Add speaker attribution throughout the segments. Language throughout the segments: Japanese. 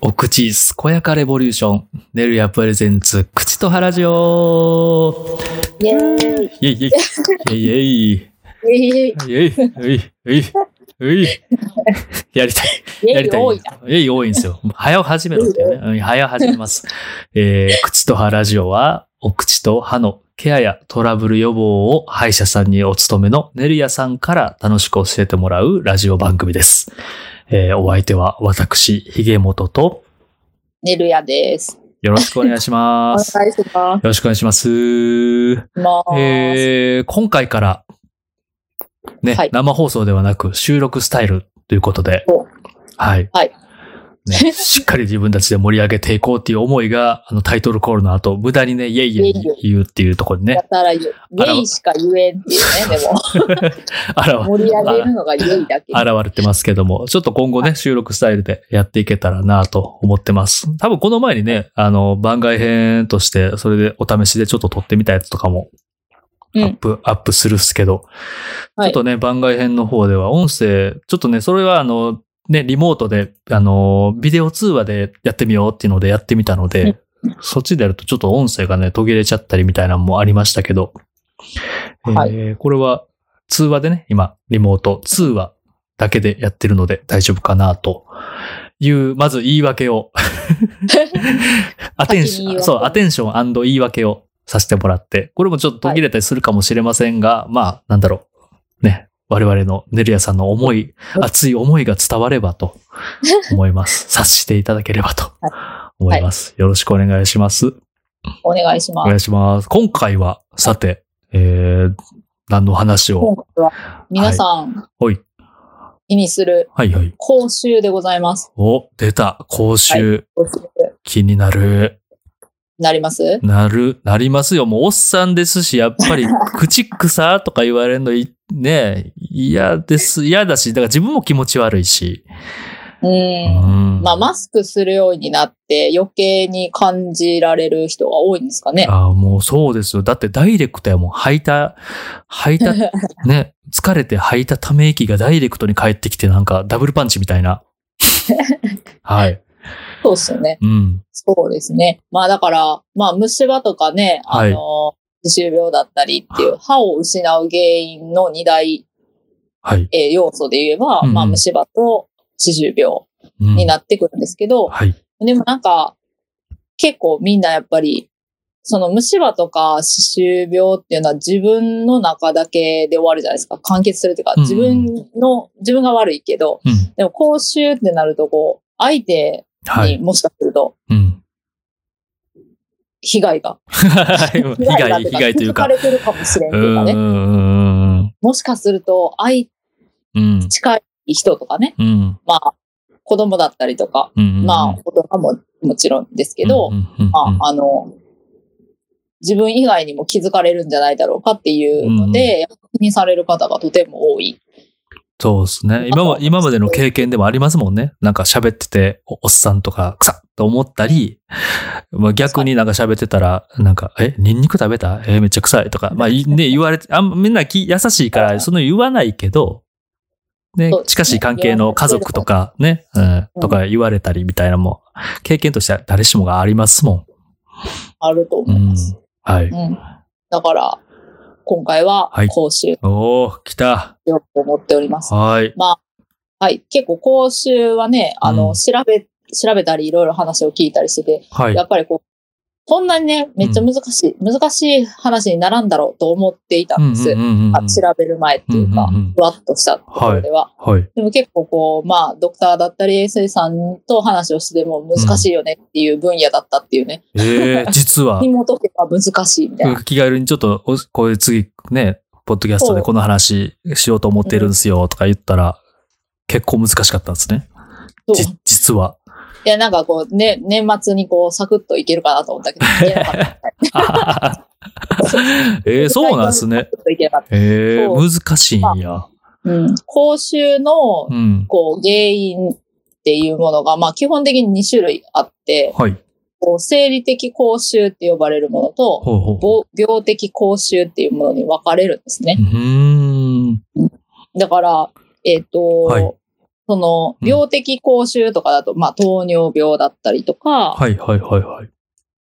Speaker 1: お口健やかレボリューション、ネルヤプレゼンツ、口と原ジオ
Speaker 2: イエーイ。
Speaker 1: イェイイェイイェイイェイ
Speaker 2: イエーイ。
Speaker 1: イェイイェイイェイイェイやりたい。
Speaker 2: イエ
Speaker 1: やり
Speaker 2: ーイ
Speaker 1: たい。
Speaker 2: 多いな。
Speaker 1: えい、多いんですよ。早を始めろっていうね。うん早を始めます。えー、口と歯ラジオは、お口と歯のケアやトラブル予防を歯医者さんにお勤めのネルヤさんから楽しく教えてもらうラジオ番組です。えー、お相手は私、ひげもとと、
Speaker 2: ネルヤです。
Speaker 1: よろしくお願いし
Speaker 2: お
Speaker 1: ま
Speaker 2: 願い
Speaker 1: す。よ
Speaker 2: しま
Speaker 1: ろしくお願いします。
Speaker 2: す。まあ、
Speaker 1: えー、今回から、ね、
Speaker 2: はい
Speaker 1: 生放送ではなく収録スタイルということで
Speaker 2: お、
Speaker 1: はい。
Speaker 2: はい
Speaker 1: ね、しっかり自分たちで盛り上げていこうっていう思いが、あのタイトルコールの後、無駄にね、イェイイェイ言うっていうところに
Speaker 2: や
Speaker 1: ね、
Speaker 2: たら言う。イエイしか言えんっていうね、でも。
Speaker 1: 現れ
Speaker 2: 盛り上げるのがイエイだけ。
Speaker 1: 現れてますけども、ちょっと今後ね、収録スタイルでやっていけたらなと思ってます。多分この前にね、あの、番外編として、それでお試しでちょっと撮ってみたやつとかも、ア
Speaker 2: うん
Speaker 1: ップ、アップするっすけど、
Speaker 2: はい
Speaker 1: ちょっとね、番外編の方では音声、ちょっとね、それはあの、ね、リモートで、あの、ビデオ通話でやってみようっていうのでやってみたので、そっちでやるとちょっと音声がね、途切れちゃったりみたいなのもありましたけど、
Speaker 2: は
Speaker 1: えーこれは通話でね、今、リモート通話だけでやってるので大丈夫かなという、まず言い訳を、アテンシ
Speaker 2: 先に
Speaker 1: ョン、
Speaker 2: 言い訳
Speaker 1: そう、アテンション言い訳をさせてもらって、これもちょっと途切れたりするかもしれませんが、まあ、なんだろう。ね。我々のネルヤさんの思い、熱い思いが伝わればと思います。察していただければと思います。よろしくお願いします。
Speaker 2: お願いし
Speaker 1: お
Speaker 2: ま
Speaker 1: 願
Speaker 2: す。
Speaker 1: いします。今回は、さて、えー、何の話
Speaker 2: 今
Speaker 1: を。
Speaker 2: 回は皆さん
Speaker 1: はい。
Speaker 2: 気にする
Speaker 1: はいはい。
Speaker 2: 講習でございます。
Speaker 1: お、出た。講習、
Speaker 2: 講習
Speaker 1: 気になる。
Speaker 2: なります
Speaker 1: なる、なりますよ。もう、おっさんですし、やっ ぱり、口草とか言われるのい、ねえ嫌です。嫌だし、だから自分も気持ち悪いし。
Speaker 2: う。
Speaker 1: うんん。
Speaker 2: まあ、マスクするようになって余計に感じられる人が多いんですかね。
Speaker 1: ああ、もうそうですよ。だってダイレクトやもん。吐いた、吐い た、ね、疲れて吐いたため息がダイレクトに返ってきて、なんかダブルパンチみたい な。はい。
Speaker 2: そうっすよね。
Speaker 1: うん。
Speaker 2: そうですね。まあだから、まあ虫歯とかね、あ
Speaker 1: はい
Speaker 2: の、歯周病だったりっていう歯を失う原因の二大、
Speaker 1: はい。
Speaker 2: えー要素で言えば、
Speaker 1: うんうん
Speaker 2: まあ虫歯と歯周病
Speaker 1: うん
Speaker 2: になってくるんですけど、
Speaker 1: はい。
Speaker 2: でもなんか、結構みんなやっぱり、その虫歯とか歯周病っていうのは自分の中だけで終わるじゃないですか。完結するというか、
Speaker 1: うんうん
Speaker 2: 自分の、自分が悪いけど、
Speaker 1: うん。
Speaker 2: でも口臭ってなるとこう、相手
Speaker 1: は
Speaker 2: に
Speaker 1: い。
Speaker 2: もしかすると
Speaker 1: うん。
Speaker 2: 被害が
Speaker 1: 被害、被害という
Speaker 2: 気づか
Speaker 1: か。
Speaker 2: れてるかもしれん
Speaker 1: う
Speaker 2: と
Speaker 1: ん
Speaker 2: いう
Speaker 1: うん
Speaker 2: か
Speaker 1: う
Speaker 2: ね。
Speaker 1: ん
Speaker 2: もしかすると、愛
Speaker 1: うん。
Speaker 2: 近い人とかね。
Speaker 1: うん。
Speaker 2: まあ、子供だったりとか、
Speaker 1: うん。
Speaker 2: まあ、大人ももちろんですけど
Speaker 1: う、んうんうん
Speaker 2: まあ、あの、自分以外にも気づかれるんじゃないだろうかっていうので、気にされる方がとても多い。
Speaker 1: そうですね。今も、今までの経験でもありますもんね。なんか喋ってて、おおっさんとか、くさっと思ったり、まあ、逆になんか喋ってたら、なんか、え、ニンニク食べたえめっちゃ臭いとか、まあ、いね、言われて、あんみんなき優しいから、その言わないけど、ね
Speaker 2: そうですね、
Speaker 1: 近しい関係の家族とかね、うん、とか言われたりみたいなのも、経験としては誰しもがありますも
Speaker 2: あると
Speaker 1: ん。う
Speaker 2: 思い
Speaker 1: ん
Speaker 2: ます。。
Speaker 1: はい。
Speaker 2: うん。だから、今回は
Speaker 1: はい、
Speaker 2: 講習
Speaker 1: おー、来た。
Speaker 2: を思っております。
Speaker 1: はい。
Speaker 2: はい。結構講習はね、あ
Speaker 1: う
Speaker 2: の、
Speaker 1: ん
Speaker 2: 調べ、調べたり、いろいろ話を聞いたりしてて、
Speaker 1: はい
Speaker 2: や。っぱりこう、こんなにね、めっちゃ難しい、難しい話にならんだろうと思っていたんです。
Speaker 1: うんうんうんうん
Speaker 2: あ調べる前っていうか、
Speaker 1: うんうんうん
Speaker 2: ふわっとしたところでは。
Speaker 1: はい。
Speaker 2: でも結構こう、まあ、ドクターだったり、衛生士さんと話をしても難しいよねっていう分野だったっていうね。
Speaker 1: え ー、実は。
Speaker 2: 紐解けば難しいみたいな。
Speaker 1: 気軽にちょっと、おこういう次、ね、ポッドキャストでこの話しようと思ってるんですよとか言ったら、結構難しかったんですね。
Speaker 2: そ
Speaker 1: じ
Speaker 2: う
Speaker 1: 実は。
Speaker 2: いや、なんかこう、ね、年末にこう、サクッといけるかなと思った けど、いけなかった。
Speaker 1: えー、そうなんですね
Speaker 2: サ。クッといけなかっ
Speaker 1: え
Speaker 2: そ
Speaker 1: ー、難しいんや。
Speaker 2: た。うん。講習の
Speaker 1: う、ん。
Speaker 2: こう、原因っていうものが、まあ、基本的に2種類あって、
Speaker 1: はい。
Speaker 2: こう生理的口臭って呼ばれるものと、
Speaker 1: ほうほう。
Speaker 2: ぼ病的口臭っていうものに分かれるんです
Speaker 1: う
Speaker 2: ね。
Speaker 1: ーん。
Speaker 2: だから、えっ、と、
Speaker 1: はい
Speaker 2: その、
Speaker 1: うん
Speaker 2: 病的口臭とかだと、まあ、糖尿病だったりとか、
Speaker 1: はいはいはいはい。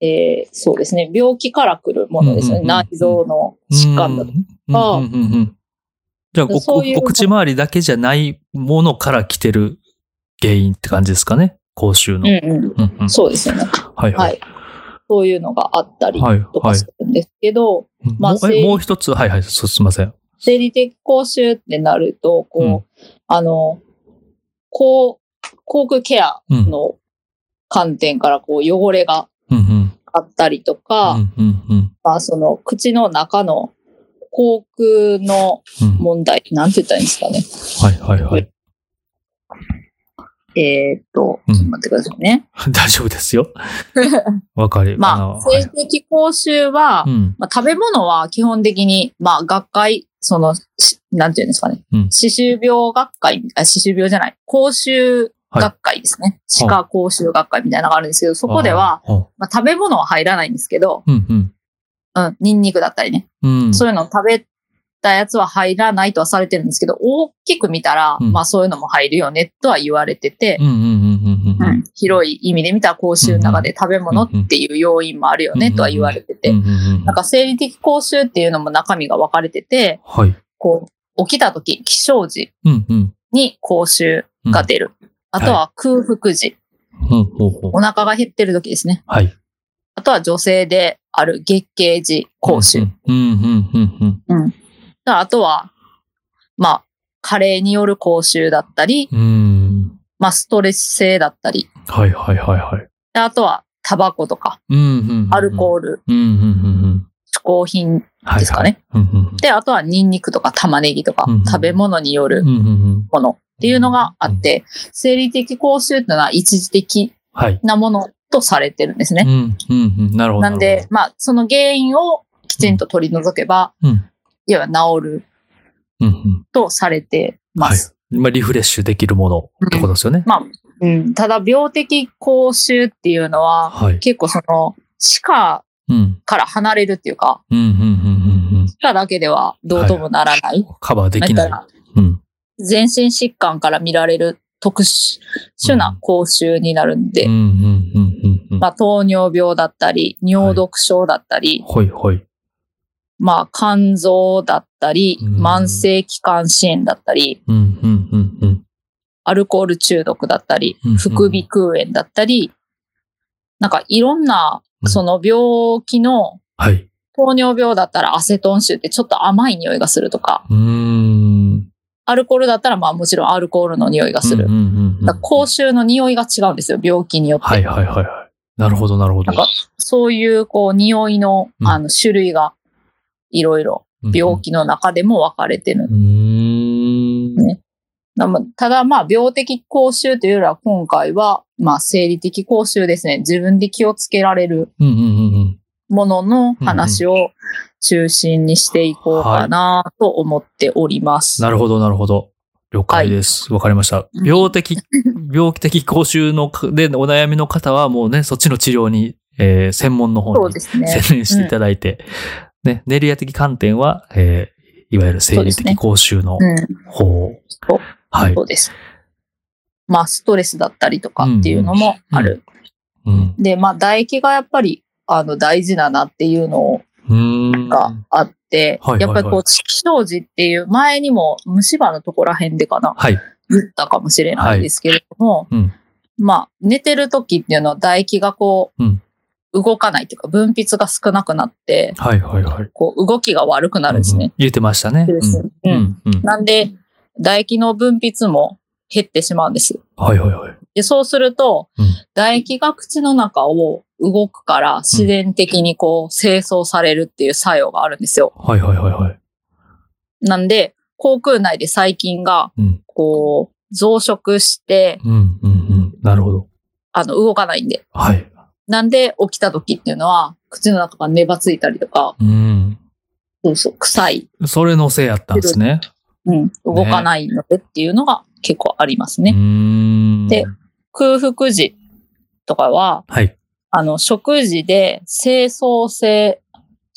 Speaker 2: えーそうですね、病気から来るものですよね。
Speaker 1: うんうんうんうん
Speaker 2: 内臓の疾患だとか。か
Speaker 1: うんうんうんうんじゃあお
Speaker 2: そういう
Speaker 1: お口周りだけじゃないものから来てる原因って感じですかね。口臭の。
Speaker 2: うんうん
Speaker 1: うんうん
Speaker 2: そうですよね。
Speaker 1: はい
Speaker 2: は
Speaker 1: はい。
Speaker 2: い。そういうのがあったり
Speaker 1: はい
Speaker 2: とか
Speaker 1: はい
Speaker 2: す。るんですけど、
Speaker 1: うん
Speaker 2: まあ
Speaker 1: もうえ
Speaker 2: 生理
Speaker 1: もう一つ、はいはい、そうすいません。
Speaker 2: 生理的口臭ってなると、こう、
Speaker 1: うん
Speaker 2: あの、口、口腔ケア
Speaker 1: うん。うん
Speaker 2: の観点からこう汚れが
Speaker 1: うん。
Speaker 2: あったりとか、
Speaker 1: うんうんうん
Speaker 2: まあその口の中の口腔の
Speaker 1: うん。
Speaker 2: 問題、なんて言ったらいいんですかね。
Speaker 1: はいはいはい。
Speaker 2: えーっと、
Speaker 1: うん
Speaker 2: ちょっと待ってくださいね。
Speaker 1: 大丈夫です よ。わかり
Speaker 2: まあ、
Speaker 1: はい
Speaker 2: 生理的口臭は、
Speaker 1: うん。
Speaker 2: まあ、食べ物は基本的に、まあ、学会、その、しなんていうんですかね
Speaker 1: うん。
Speaker 2: 歯周、病学会、あ歯周病じゃない、口臭学会ですね。歯科口臭学会みたいなのがあるんですけど、そこでは、
Speaker 1: あー、あー
Speaker 2: まあ、食べ物は入らないんですけど、
Speaker 1: うんうん。
Speaker 2: うん、ニンニクだったりね、
Speaker 1: うん。
Speaker 2: そういうのを食べたやつは入らないとはされてるんですけど、大きく見たら、
Speaker 1: うん
Speaker 2: まあそういうのも入るよねとは言われてて、
Speaker 1: うんうんうんうんうん。
Speaker 2: うん広い意味で見たら口臭の中で食べ物っていう要因もあるよねとは言われてて、
Speaker 1: うんうんうん
Speaker 2: なんか生理的口臭っていうのも中身が分かれてて、
Speaker 1: はい。
Speaker 2: こう、起きた時、起床時
Speaker 1: うんうん。
Speaker 2: に口臭が出る。あとは空腹時、
Speaker 1: うん、ほうほう。
Speaker 2: お腹が減ってる時ですね。
Speaker 1: はい。
Speaker 2: あとは女性である月経時口臭。
Speaker 1: うんうんうんうん
Speaker 2: だからあとは、まあ、加齢による口臭だったり、
Speaker 1: うん。うん。
Speaker 2: まあ、ストレス性だったり、
Speaker 1: はいはいはいはい。
Speaker 2: であとは、タバコとか、
Speaker 1: うんうんうんうん。
Speaker 2: アルコール、
Speaker 1: うんうんうんうん。
Speaker 2: 嗜好品
Speaker 1: はい。
Speaker 2: ですかね。
Speaker 1: はい。うんうん
Speaker 2: で、あとは、ニンニクとか玉ねぎとか
Speaker 1: うんうん、
Speaker 2: 食べ物による
Speaker 1: うん。うんうんうん。
Speaker 2: ものっていうのがあって、生理的口臭っていうのは一時的
Speaker 1: はい。
Speaker 2: なものとされてるんです
Speaker 1: う
Speaker 2: ね。
Speaker 1: んうんうん。なるほど。
Speaker 2: なんで、、まあ、その原因をきちんと取り除けば、
Speaker 1: うん。
Speaker 2: いわゆる治る
Speaker 1: うんうん。
Speaker 2: とされてます。
Speaker 1: まあ、リフレッシュできるものってことですよね。
Speaker 2: まあ、うん、ただ、病的口臭っていうのは、
Speaker 1: はい。
Speaker 2: 結構その、歯科
Speaker 1: うん。
Speaker 2: から離れるっていうか、
Speaker 1: うんうんうんうんうん。
Speaker 2: 歯科だけではどうともならない。
Speaker 1: カバーでき
Speaker 2: だ
Speaker 1: な
Speaker 2: か
Speaker 1: い。
Speaker 2: ら
Speaker 1: うん。
Speaker 2: 全身疾患から見られる特殊な口臭になるんで、
Speaker 1: うんうんうんうんうん。
Speaker 2: まあ、糖尿病だったり、尿毒症だったり、
Speaker 1: ほいほい。
Speaker 2: まあ、肝臓だったり、
Speaker 1: うん
Speaker 2: 慢性気管支炎だったり、
Speaker 1: うんうんうんうん。
Speaker 2: アルコール中毒だったり
Speaker 1: うん、
Speaker 2: 副鼻腔炎だったり、なんかいろんな
Speaker 1: う、ん
Speaker 2: その病気の、
Speaker 1: はい。
Speaker 2: 糖尿病だったらアセトン臭ってちょっと甘い匂いがするとか、
Speaker 1: うーん。
Speaker 2: アルコールだったら、まあもちろんアルコールの匂いがする。
Speaker 1: うんうんうんうん
Speaker 2: だから口臭の匂いが違うんですよ、病気によって。
Speaker 1: はいはいはいはい。なるほどなるほど。
Speaker 2: なんかそういう、こう、匂いの
Speaker 1: う、ん
Speaker 2: あの、種類が、いろいろ、病。気の中でも分かれてる
Speaker 1: う。ん。
Speaker 2: ねなまただ、まあ、病的口臭というよりは、今回は、まあ、生理的口臭ですね。自分で気をつけられる
Speaker 1: うんうんうんうん。
Speaker 2: ものの話を中心にしていこうかなと思っております。
Speaker 1: なるほどなるほど。了解です。わ、かりました。
Speaker 2: うん
Speaker 1: 病的、 病気的口臭のかでお悩みの方はもうね、そっちの治療に、えー専門の方
Speaker 2: そう
Speaker 1: に
Speaker 2: ですね。
Speaker 1: 専念していただいて、ね、ネリア的観点は、えーいわゆる生理
Speaker 2: そうです
Speaker 1: 的
Speaker 2: ね
Speaker 1: 口臭の
Speaker 2: うん。
Speaker 1: 方を、
Speaker 2: そう
Speaker 1: はい
Speaker 2: そ。うです。まあ、ストレスだったりとかっていうのもある。
Speaker 1: うん。
Speaker 2: で、まあ、唾液がやっぱり、あの、大事だなっていうの
Speaker 1: うーん。
Speaker 2: があって、
Speaker 1: うんはいはいはい
Speaker 2: やっぱりこう、気象時っていう、前にも虫歯のとこら辺でかな、
Speaker 1: はい。
Speaker 2: 言ったかもしれないですけれども、
Speaker 1: うん。
Speaker 2: まあ、寝てる時っていうのは唾液がこう、
Speaker 1: うん
Speaker 2: 動かないというか、分泌が少なくなって、
Speaker 1: はいはいはい。
Speaker 2: こう、動きが悪くなるんです
Speaker 1: うんう
Speaker 2: ね
Speaker 1: ん。言ってましたね。
Speaker 2: そうですね
Speaker 1: うん。う
Speaker 2: うん
Speaker 1: ん。うん
Speaker 2: なんで、唾液の分泌も減ってしまうんです。
Speaker 1: はいはいはい。
Speaker 2: で、そうすると、
Speaker 1: うん
Speaker 2: 唾液が口の中を動くから自然的にこう清掃されるっていう作用があるんですよ。
Speaker 1: はいはいはいはい。
Speaker 2: なんで、口腔内で細菌が
Speaker 1: うん。
Speaker 2: こう増殖して、
Speaker 1: うんうんうん。なるほど。
Speaker 2: あの動かないんで。
Speaker 1: はい。
Speaker 2: なんで起きた時っていうのは口の中が粘ついたりとか、
Speaker 1: うん。
Speaker 2: そうそう、臭い、
Speaker 1: それのせいやったんですね。
Speaker 2: うん、動かないのでっていうのが結構ありますね。
Speaker 1: うーん。
Speaker 2: で空腹時とかは、
Speaker 1: はい。
Speaker 2: あの、食事で清掃性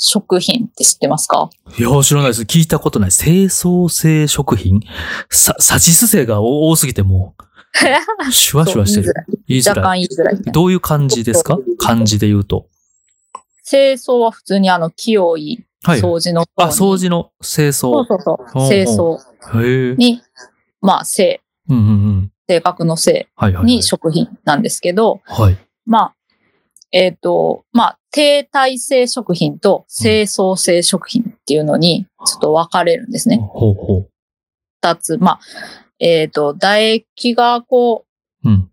Speaker 2: 食品って知ってますか
Speaker 1: いや、知らないです。聞いたことない。清掃性食品さ、サチス性が多多すぎてもう、シュワシュワしてる。言いづ
Speaker 2: 若
Speaker 1: らい。
Speaker 2: 干言いづらいですね。
Speaker 1: どういう感じですか漢字で言うと。
Speaker 2: 清掃は普通にあの、清い、
Speaker 1: はい。
Speaker 2: 掃除の方に、
Speaker 1: あ、掃除の清
Speaker 2: そう
Speaker 1: 掃。
Speaker 2: そうそう
Speaker 1: ほうほう
Speaker 2: 清掃
Speaker 1: へえ。
Speaker 2: に、まあ、性、
Speaker 1: うんうんうん。
Speaker 2: 性格の性
Speaker 1: はいはい、はい。
Speaker 2: に食品なんですけど、
Speaker 1: はい。
Speaker 2: まあ、えっ、と、まあ、停滞性食品と清掃性食品っていうのに、ちょっと分かれるんですね。
Speaker 1: ほうほう。
Speaker 2: 二つ、まあ、えっ、と、唾液がこう、
Speaker 1: うん。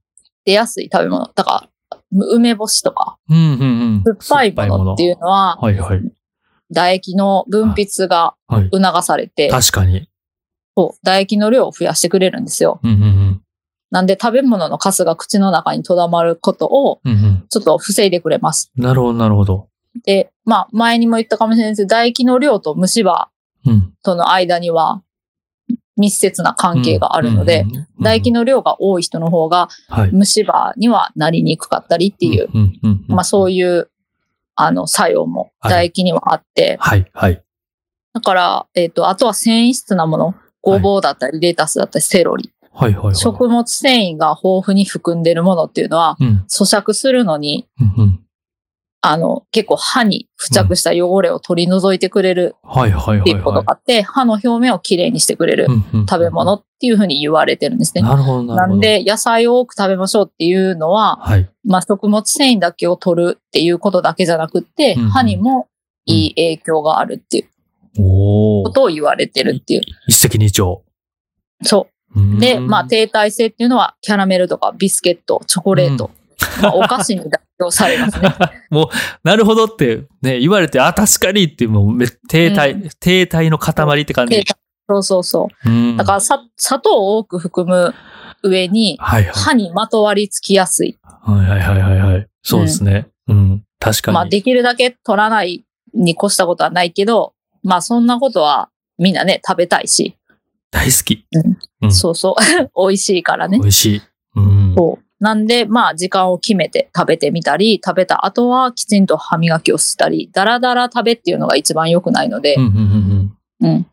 Speaker 2: 出やすい食べ物。だから、梅干しとか、
Speaker 1: うんうんうん。
Speaker 2: 酸っぱいものっていうのは、
Speaker 1: はいはい。
Speaker 2: 唾液の分泌が
Speaker 1: はい。
Speaker 2: 促されて、
Speaker 1: 確かに。
Speaker 2: そう唾液の量を増やしてくれるんですよ。
Speaker 1: うんうん
Speaker 2: なんで食べ物のカスが口の中にとどまることを、
Speaker 1: うん。うんうん。
Speaker 2: ちょっと防いでくれます。
Speaker 1: なるほど、なるほど。
Speaker 2: で、まあ、前にも言ったかもしれないですけど、唾液の量と虫歯
Speaker 1: うん。
Speaker 2: との間には密接な関係があるので、
Speaker 1: うんうんうん、
Speaker 2: 唾液の量が多い人の方が
Speaker 1: はい
Speaker 2: 虫歯にはなりにくかったりっていう、
Speaker 1: うんうんうんうん、
Speaker 2: まあそう
Speaker 1: いう。
Speaker 2: いうあの作用も唾液にはあって、
Speaker 1: はいはい。
Speaker 2: だから、えっ、と、あとは繊維質なもの、ごぼうだったりレタスだったりセロリ、
Speaker 1: はいはいはい。
Speaker 2: 食物繊維が豊富に含んでるものっていうのは
Speaker 1: うん
Speaker 2: 咀嚼するのに、
Speaker 1: うんうん。
Speaker 2: あの、結構歯に付着した汚れを取り除いてくれる
Speaker 1: はいはいはい、はい。
Speaker 2: っていうことがあって、歯の表面をきれいにしてくれる
Speaker 1: うんうん
Speaker 2: 食べ物っていうふうに言われてるんですね。
Speaker 1: なるほどなるほど。
Speaker 2: なん、で、野菜を多く食べましょうっていうのは、
Speaker 1: はい。
Speaker 2: まあ、食物繊維だけを取るっていうことだけじゃなくって、
Speaker 1: うんうん
Speaker 2: 歯にもいい影響があるっていう
Speaker 1: お
Speaker 2: こ
Speaker 1: お。
Speaker 2: とを言われてるっていう。
Speaker 1: 一石二鳥。
Speaker 2: そうう。
Speaker 1: ん
Speaker 2: で、まあ、、停滞性っていうのは、キャラメルとかビスケット、チョコレート、まあ、お菓子に代表されますね。
Speaker 1: なるほどってね、言われて、あ、確かにって、もうめ、停滞、停滞の塊って感
Speaker 2: 停
Speaker 1: じ。
Speaker 2: 滞そうそうそ
Speaker 1: う
Speaker 2: う。
Speaker 1: ん
Speaker 2: だからさ、砂糖を多く含む上に、
Speaker 1: はいはい。
Speaker 2: 歯にまとわりつきやすい。
Speaker 1: はいはいはいはいはい。そうですね。うん。確かに。
Speaker 2: まあ、できるだけ取らないに越したことはないけど、まあ、そんなことはみんなね、食べたいし、
Speaker 1: 大好き。うん
Speaker 2: そうそう。 美味しいからね
Speaker 1: 美。味しい。うん。
Speaker 2: そう。なんで、まあ、時間を決めて食べてみたり、食べた後はきちんと歯磨きをしたり、だらだら食べっていうのが一番良くないので
Speaker 1: うん、うんうんうん。
Speaker 2: うん、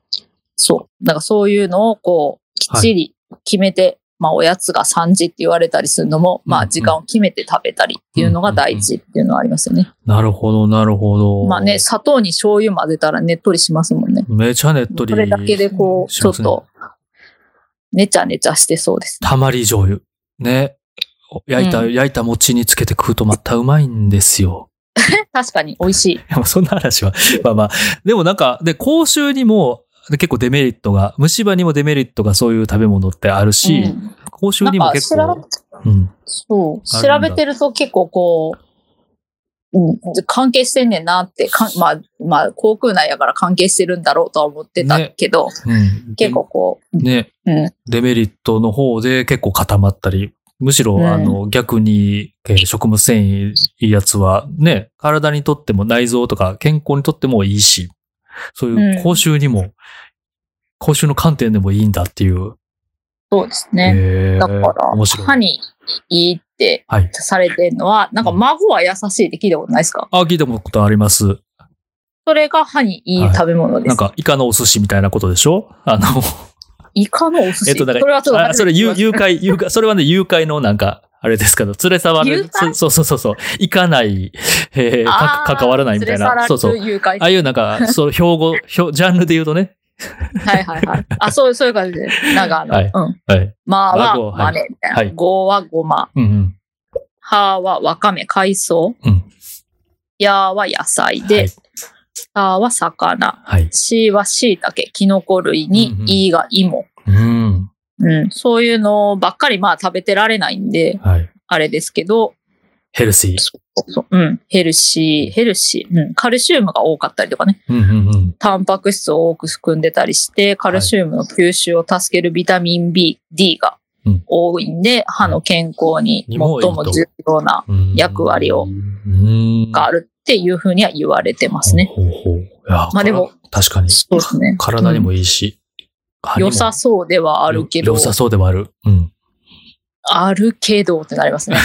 Speaker 2: そう。だからそういうのを、こう、きっちり決めて、まあ、おやつが3時って言われたりするのも、ま
Speaker 1: うんう
Speaker 2: あ、
Speaker 1: ん
Speaker 2: 時間を決めて食べたりっていうのが大事っていうのはありますよね。
Speaker 1: なるほど、なるほど。
Speaker 2: まあね、砂糖に醤油混ぜたらねっとりしますもんね。
Speaker 1: めちゃねっとり。
Speaker 2: それだけでこう、
Speaker 1: し
Speaker 2: ちょ
Speaker 1: ま
Speaker 2: っ
Speaker 1: すね
Speaker 2: と、ねちゃねちゃしてそうです。
Speaker 1: たまり醤油。ね。焼いた、
Speaker 2: う
Speaker 1: 焼いた餅につけて食うとまたうまいんですよ。
Speaker 2: 確かに美味しい。
Speaker 1: いやまあそんな話は。 まあまあ。でもなんか、で、口臭にも、で結構デメリットが、虫歯にもデメリットがそういう食べ物ってあるし、
Speaker 2: うん
Speaker 1: 口臭にも結
Speaker 2: なん
Speaker 1: 構
Speaker 2: か、
Speaker 1: うん。
Speaker 2: そう。
Speaker 1: ある
Speaker 2: 調
Speaker 1: んだ
Speaker 2: べてると結構こう、うん、関係してんねんなってかん、まあ、まあ、航空内やから関係してるんだろうとは思ってたけど、
Speaker 1: うん、
Speaker 2: 結構こう、
Speaker 1: ね、
Speaker 2: うん
Speaker 1: デメリットの方で結構固まったり、むし
Speaker 2: う
Speaker 1: ろ、
Speaker 2: ん
Speaker 1: あの、逆に、えー食物繊維いいやつは、ね、体にとっても内臓とか健康にとってもいいし、そういううん口臭にも、口臭の観点でもいいんだっていう。
Speaker 2: そうですね。
Speaker 1: へー
Speaker 2: だから
Speaker 1: 面、白い。
Speaker 2: 歯にいいって
Speaker 1: はい
Speaker 2: されてるのは、なんか孫は優しいって聞いたことないですか
Speaker 1: あ、聞いたことあります。
Speaker 2: それが歯にいい食べ物です。
Speaker 1: なんか、イカのお寿司みたいなことでしょあの、
Speaker 2: イカのお寿司。
Speaker 1: えっと、だか
Speaker 2: それは
Speaker 1: ら
Speaker 2: ちょっと
Speaker 1: あそれ、誘誘拐、誘拐、それはね、誘拐のなんか、あれですけど、連れ去られ
Speaker 2: 誘
Speaker 1: る、つそうそうそうそう、行かない、えーか関わらないみたいな、そうそう。
Speaker 2: 誘拐。
Speaker 1: ああいうなん か、そう、標語、標ジャンルで言うとね、
Speaker 2: はいはいはい。あ、そう、そういう感じで。なんかあの、
Speaker 1: はい
Speaker 2: うん。
Speaker 1: はい。
Speaker 2: まあ
Speaker 1: まあご
Speaker 2: は、
Speaker 1: はい
Speaker 2: まね、みたいな。
Speaker 1: はい
Speaker 2: ごはごま。
Speaker 1: うんうん。
Speaker 2: ははわかめ、海藻。
Speaker 1: うん
Speaker 2: やは野菜
Speaker 1: は
Speaker 2: で
Speaker 1: い、
Speaker 2: あは魚。
Speaker 1: はい。
Speaker 2: しは椎茸、キノコ類に、
Speaker 1: うんうん
Speaker 2: いが芋。
Speaker 1: うん。
Speaker 2: うん。そういうのばっかり、まあ食べてられないんで、
Speaker 1: はい。
Speaker 2: あれですけど、
Speaker 1: ヘルシー。
Speaker 2: そううん。ヘルシー、ヘルシー。うん。カルシウムが多かったりとかね。
Speaker 1: うんうんうん。
Speaker 2: タンパク質を多く含んでたりして、カルシウムの吸収を助けるビタミン B、D が
Speaker 1: うん
Speaker 2: 多いんで、歯の健康に
Speaker 1: に
Speaker 2: 最も
Speaker 1: もいいと
Speaker 2: 重要な、
Speaker 1: うん
Speaker 2: 役割を
Speaker 1: うん
Speaker 2: があるっていうふうには言われてますね。
Speaker 1: ほうほうほう。いや
Speaker 2: まあでも、
Speaker 1: 確かに。
Speaker 2: そうですね。
Speaker 1: 体に
Speaker 2: うん
Speaker 1: もいいし。歯にも
Speaker 2: 良さそうではあるけど
Speaker 1: 良、さそうでもある。うん。
Speaker 2: あるけどってなり ますね。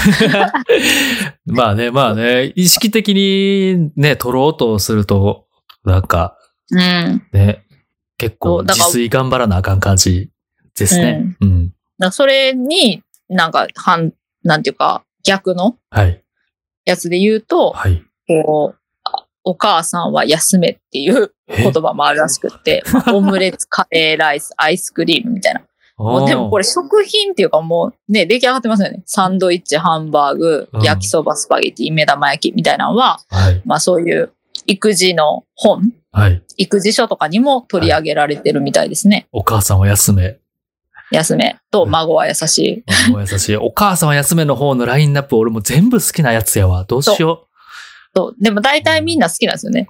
Speaker 1: まあね、まあね、意識的にね、取ろうとすると、なんか、
Speaker 2: うん。
Speaker 1: ね、結
Speaker 2: そ
Speaker 1: 構
Speaker 2: うだ
Speaker 1: 自
Speaker 2: から
Speaker 1: 炊頑張らなあかん感じですね。うん。
Speaker 2: だからそれに、なんか、反、なんていうか、逆の
Speaker 1: はい。
Speaker 2: やつで言うと、
Speaker 1: はい。
Speaker 2: こう、あお母さんは休めっていう
Speaker 1: え
Speaker 2: 言葉もあるらしく って、まあオムレツ、カレーライス、アイスクリームみたいな。もうでもこれ食品っていうかもうね、出来上がってますよね。サンドイッチ、ハンバーグ
Speaker 1: うん、
Speaker 2: 焼きそば、スパゲティ、目玉焼きみたいなのは、
Speaker 1: あーはい。
Speaker 2: まあそういう育児の本、
Speaker 1: はい。
Speaker 2: 育児書とかにも取り上げられてるみたいですね。
Speaker 1: お母さんは休め。
Speaker 2: 休めと孫は優しい。
Speaker 1: もう優しい。お母さんは休めの方のラインナップ俺もう全部好きなやつやわ。どうしよ
Speaker 2: と、でも大体みんな好きなんです よね。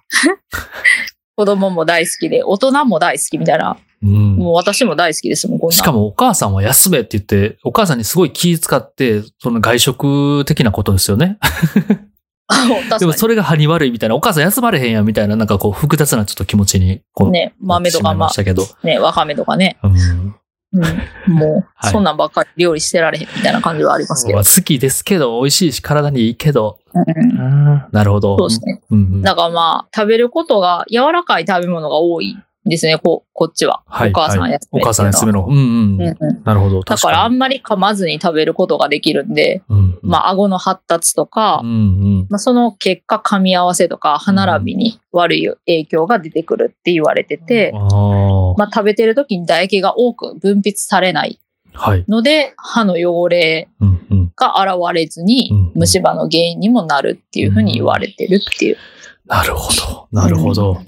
Speaker 2: 子供も大好きで、大人も大好きみたいな。
Speaker 1: う。うん。
Speaker 2: もう私も大好きですもん、こんなん
Speaker 1: しかもお母さんは休めって言って、お母さんにすごい気使って、その外食的なことですよね。
Speaker 2: あ確かに
Speaker 1: でもそれが歯に悪いみたいな、お母さん休まれへんやみたいな、なんかこう複雑なちょっと気持ちに、こう、
Speaker 2: ね、豆とか
Speaker 1: な
Speaker 2: ま
Speaker 1: ってしまいましたけど。
Speaker 2: あ、ね、わかめとかね。
Speaker 1: うん。
Speaker 2: うん、もう、
Speaker 1: はい
Speaker 2: そんなんばっかり料理してられへんみたいな感じはありますけど。
Speaker 1: 好きですけど、美味しいし体にいいけど。
Speaker 2: うん
Speaker 1: なるほど。
Speaker 2: そうですね。
Speaker 1: うんうん
Speaker 2: だからまあ、食べることが、柔らかい食べ物が多いんですね、ここっちは。
Speaker 1: はい
Speaker 2: お母さん
Speaker 1: はい
Speaker 2: 休
Speaker 1: お
Speaker 2: めっていうの
Speaker 1: 母
Speaker 2: は
Speaker 1: さん休めの。うん
Speaker 2: う
Speaker 1: うんん。
Speaker 2: うん、
Speaker 1: なるほど。
Speaker 2: だ
Speaker 1: 確
Speaker 2: からあ
Speaker 1: かに。
Speaker 2: んまり噛まずに食べることができるんで、
Speaker 1: うんうん
Speaker 2: まあ、顎の発達とか、
Speaker 1: うんうん。
Speaker 2: まあ、その結果噛み合わせとか歯並びに悪い影響が出てくるって言われてて、
Speaker 1: あ
Speaker 2: まあ、食べてる時に唾液が多く分泌されない
Speaker 1: あ。はい。
Speaker 2: ので歯の汚れ
Speaker 1: うんうん。
Speaker 2: が現れずに
Speaker 1: うん
Speaker 2: 虫歯の原因にもなるっていうふうに言われてるっていう。
Speaker 1: なるほど。なるほど。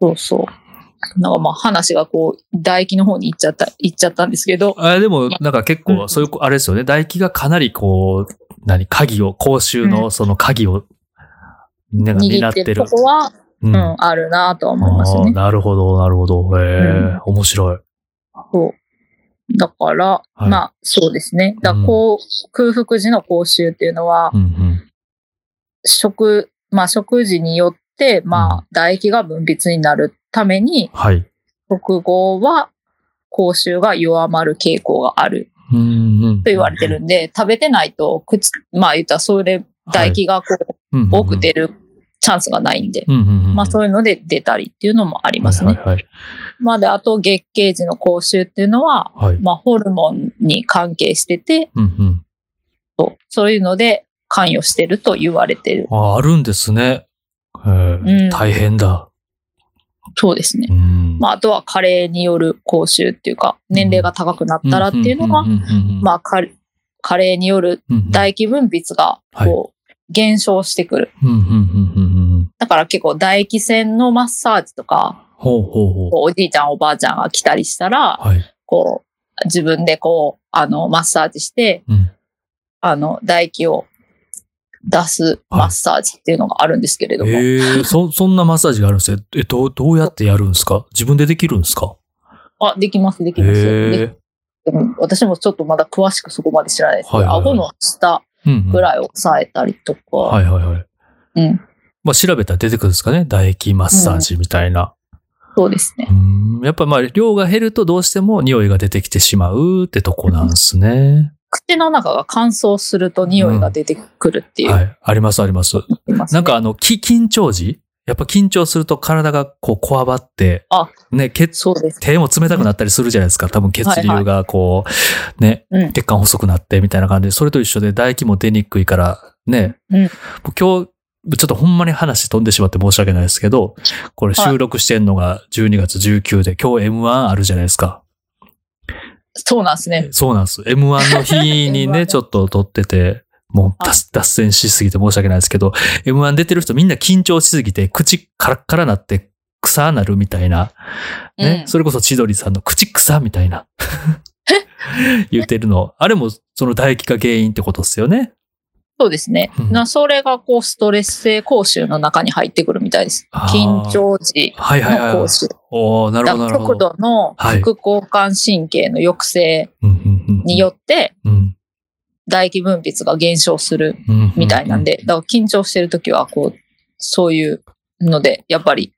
Speaker 2: そうそう。なんかまあ話がこう唾液の方に行っちゃった、行っちゃったんですけど、
Speaker 1: あでも、なんか結
Speaker 2: う
Speaker 1: 構、
Speaker 2: ん
Speaker 1: そういう、あれですよね。唾液がかなりこう、何、鍵を、口臭のその鍵を、なんか
Speaker 2: 握
Speaker 1: 担
Speaker 2: っ
Speaker 1: ってて
Speaker 2: る
Speaker 1: る
Speaker 2: と。こは、
Speaker 1: う
Speaker 2: うんん、あるなとは思います
Speaker 1: あ
Speaker 2: よ
Speaker 1: ー
Speaker 2: ね。
Speaker 1: なるほど、なるほど。へ
Speaker 2: う
Speaker 1: え、面白い。
Speaker 2: そう。だから、
Speaker 1: はい
Speaker 2: まあそうですね。だからこう、空腹時の口臭っていうのは、
Speaker 1: うんうん。
Speaker 2: 食、まあ食事によって、
Speaker 1: うん
Speaker 2: まあ唾液が分泌になるために、
Speaker 1: はい。
Speaker 2: 食後は口臭が弱まる傾向がある
Speaker 1: うんうん。
Speaker 2: と言われてるんで、食べてないと口、まあ言ったらそれ唾液がこう
Speaker 1: うんうんうん
Speaker 2: 多く出るチャンスがないんで、
Speaker 1: うんうんうん。
Speaker 2: まあそうういうので出たりっていうのもあり
Speaker 1: い
Speaker 2: ます
Speaker 1: はい
Speaker 2: ね。
Speaker 1: はい。
Speaker 2: まあで、あと月経時の口臭っていうのは、
Speaker 1: はい。
Speaker 2: まあホルモンに関係してて、
Speaker 1: うんうん。
Speaker 2: そうそういうので関与してると言われてる。
Speaker 1: あ、あるんですね。へー
Speaker 2: うん
Speaker 1: 大変だ。
Speaker 2: そうですね。
Speaker 1: うん。
Speaker 2: まあ、あとは加齢による口臭っていうか、年齢が高くなったらっていうのは、
Speaker 1: んんうんうん、
Speaker 2: まあ、加加齢による
Speaker 1: うんうん、
Speaker 2: 唾液分泌が、こう、減少してくる。
Speaker 1: うんうんうんうんうん。
Speaker 2: だから結構唾液腺のマッサージとか、
Speaker 1: ほうほうほう。
Speaker 2: こうおじいちゃんおばあちゃんが来たりしたら、
Speaker 1: はい。
Speaker 2: こう、自分でこう、あの、マッサージして、
Speaker 1: うん。
Speaker 2: あの、唾液を出すマッサージっていうのがあるんですけれども、
Speaker 1: ええそ、そんなマッサージがあるんですよ。え、どう、どうやってやるんですか自分でできるんですか
Speaker 2: あ、できます、でき
Speaker 1: へ
Speaker 2: ます。で
Speaker 1: え。
Speaker 2: うん私もちょっとまだ詳しくそこまで知らないですけど、
Speaker 1: はいはいはい
Speaker 2: 顎の下
Speaker 1: うんうん。
Speaker 2: ぐらいを抑えたりとか、
Speaker 1: はいはいはい。
Speaker 2: うん、
Speaker 1: まあ調べたら出てくるんですかね唾液マッサージみたいな。
Speaker 2: そうですね。
Speaker 1: うん。やっぱまあ量が減るとどうしても匂いが出てきてしまうってとこなんですね。
Speaker 2: 口の中が乾燥すると匂いが出てくるっていう、
Speaker 1: はい。ありますあります。
Speaker 2: 言います
Speaker 1: な
Speaker 2: ね
Speaker 1: んかあの、き緊張時やっぱ緊張すると体がこうこわばって、
Speaker 2: あ
Speaker 1: ね、血、
Speaker 2: そうです。
Speaker 1: 手も冷たくなったりするじゃないですか。多分血流がこう、ね、
Speaker 2: うん、
Speaker 1: 血管細くなってみたいな感じで、それと一緒で唾液も出にくいから、ね、
Speaker 2: うん
Speaker 1: もう今日、ちょっとほんまに話飛んでしまって申し訳ないですけど、これ
Speaker 2: はい
Speaker 1: 収録してんのが12月19で、今日 M1 あるじゃないですか。
Speaker 2: そうなんですね。
Speaker 1: そうなんです。M1 の日 に
Speaker 2: M1
Speaker 1: ね、
Speaker 2: ね
Speaker 1: ちょっと撮ってて、もう脱脱線しすぎて申し訳ないですけど、M1 出てる人みんな緊張しすぎて、口カラッカラなって、草なるみたいな。ね、
Speaker 2: うん
Speaker 1: それこそ千鳥さんの口草みたいな。 言ってるの。あれもその唾液が原因ってことですよね。
Speaker 2: そうですね。
Speaker 1: うん
Speaker 2: なそれがこうストレス性口臭の中に入ってくるみたいです
Speaker 1: あ。ー
Speaker 2: 緊張時
Speaker 1: はいはいはい
Speaker 2: の
Speaker 1: はい
Speaker 2: 口。臭。
Speaker 1: おおなる
Speaker 2: だ
Speaker 1: ほ
Speaker 2: か
Speaker 1: どなる
Speaker 2: ら
Speaker 1: ほ
Speaker 2: 極
Speaker 1: ど。
Speaker 2: 度の
Speaker 1: はい
Speaker 2: 副交感神経の抑制によって唾液分泌が減少するみたいなん
Speaker 1: で。
Speaker 2: で、だから緊張してるときはこう、そういうので、やっぱり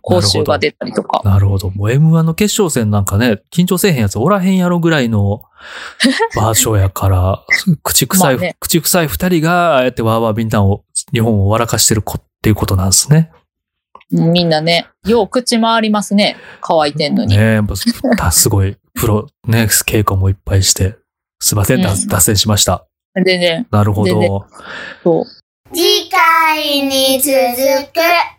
Speaker 2: 口臭が出たりとか。
Speaker 1: なるほど。もう M1 の決勝戦なんかね、緊張せえへんやつおらへんやろぐらい の場所やから、口臭い、
Speaker 2: まあね
Speaker 1: 口臭い二人が、ああやってワーワービンタンを、日本を笑かしてる子っていうことなんですね。
Speaker 2: うんみんなね、よう口回りますね。乾いてんのに。
Speaker 1: ねえ、やっぱすすごい、プロ、ね、稽古もいっぱいして、すいません、
Speaker 2: うん
Speaker 1: 脱脱線しました。
Speaker 2: でね、
Speaker 1: なるほ
Speaker 2: でね
Speaker 1: ど。
Speaker 2: そう。
Speaker 3: 次回に続く。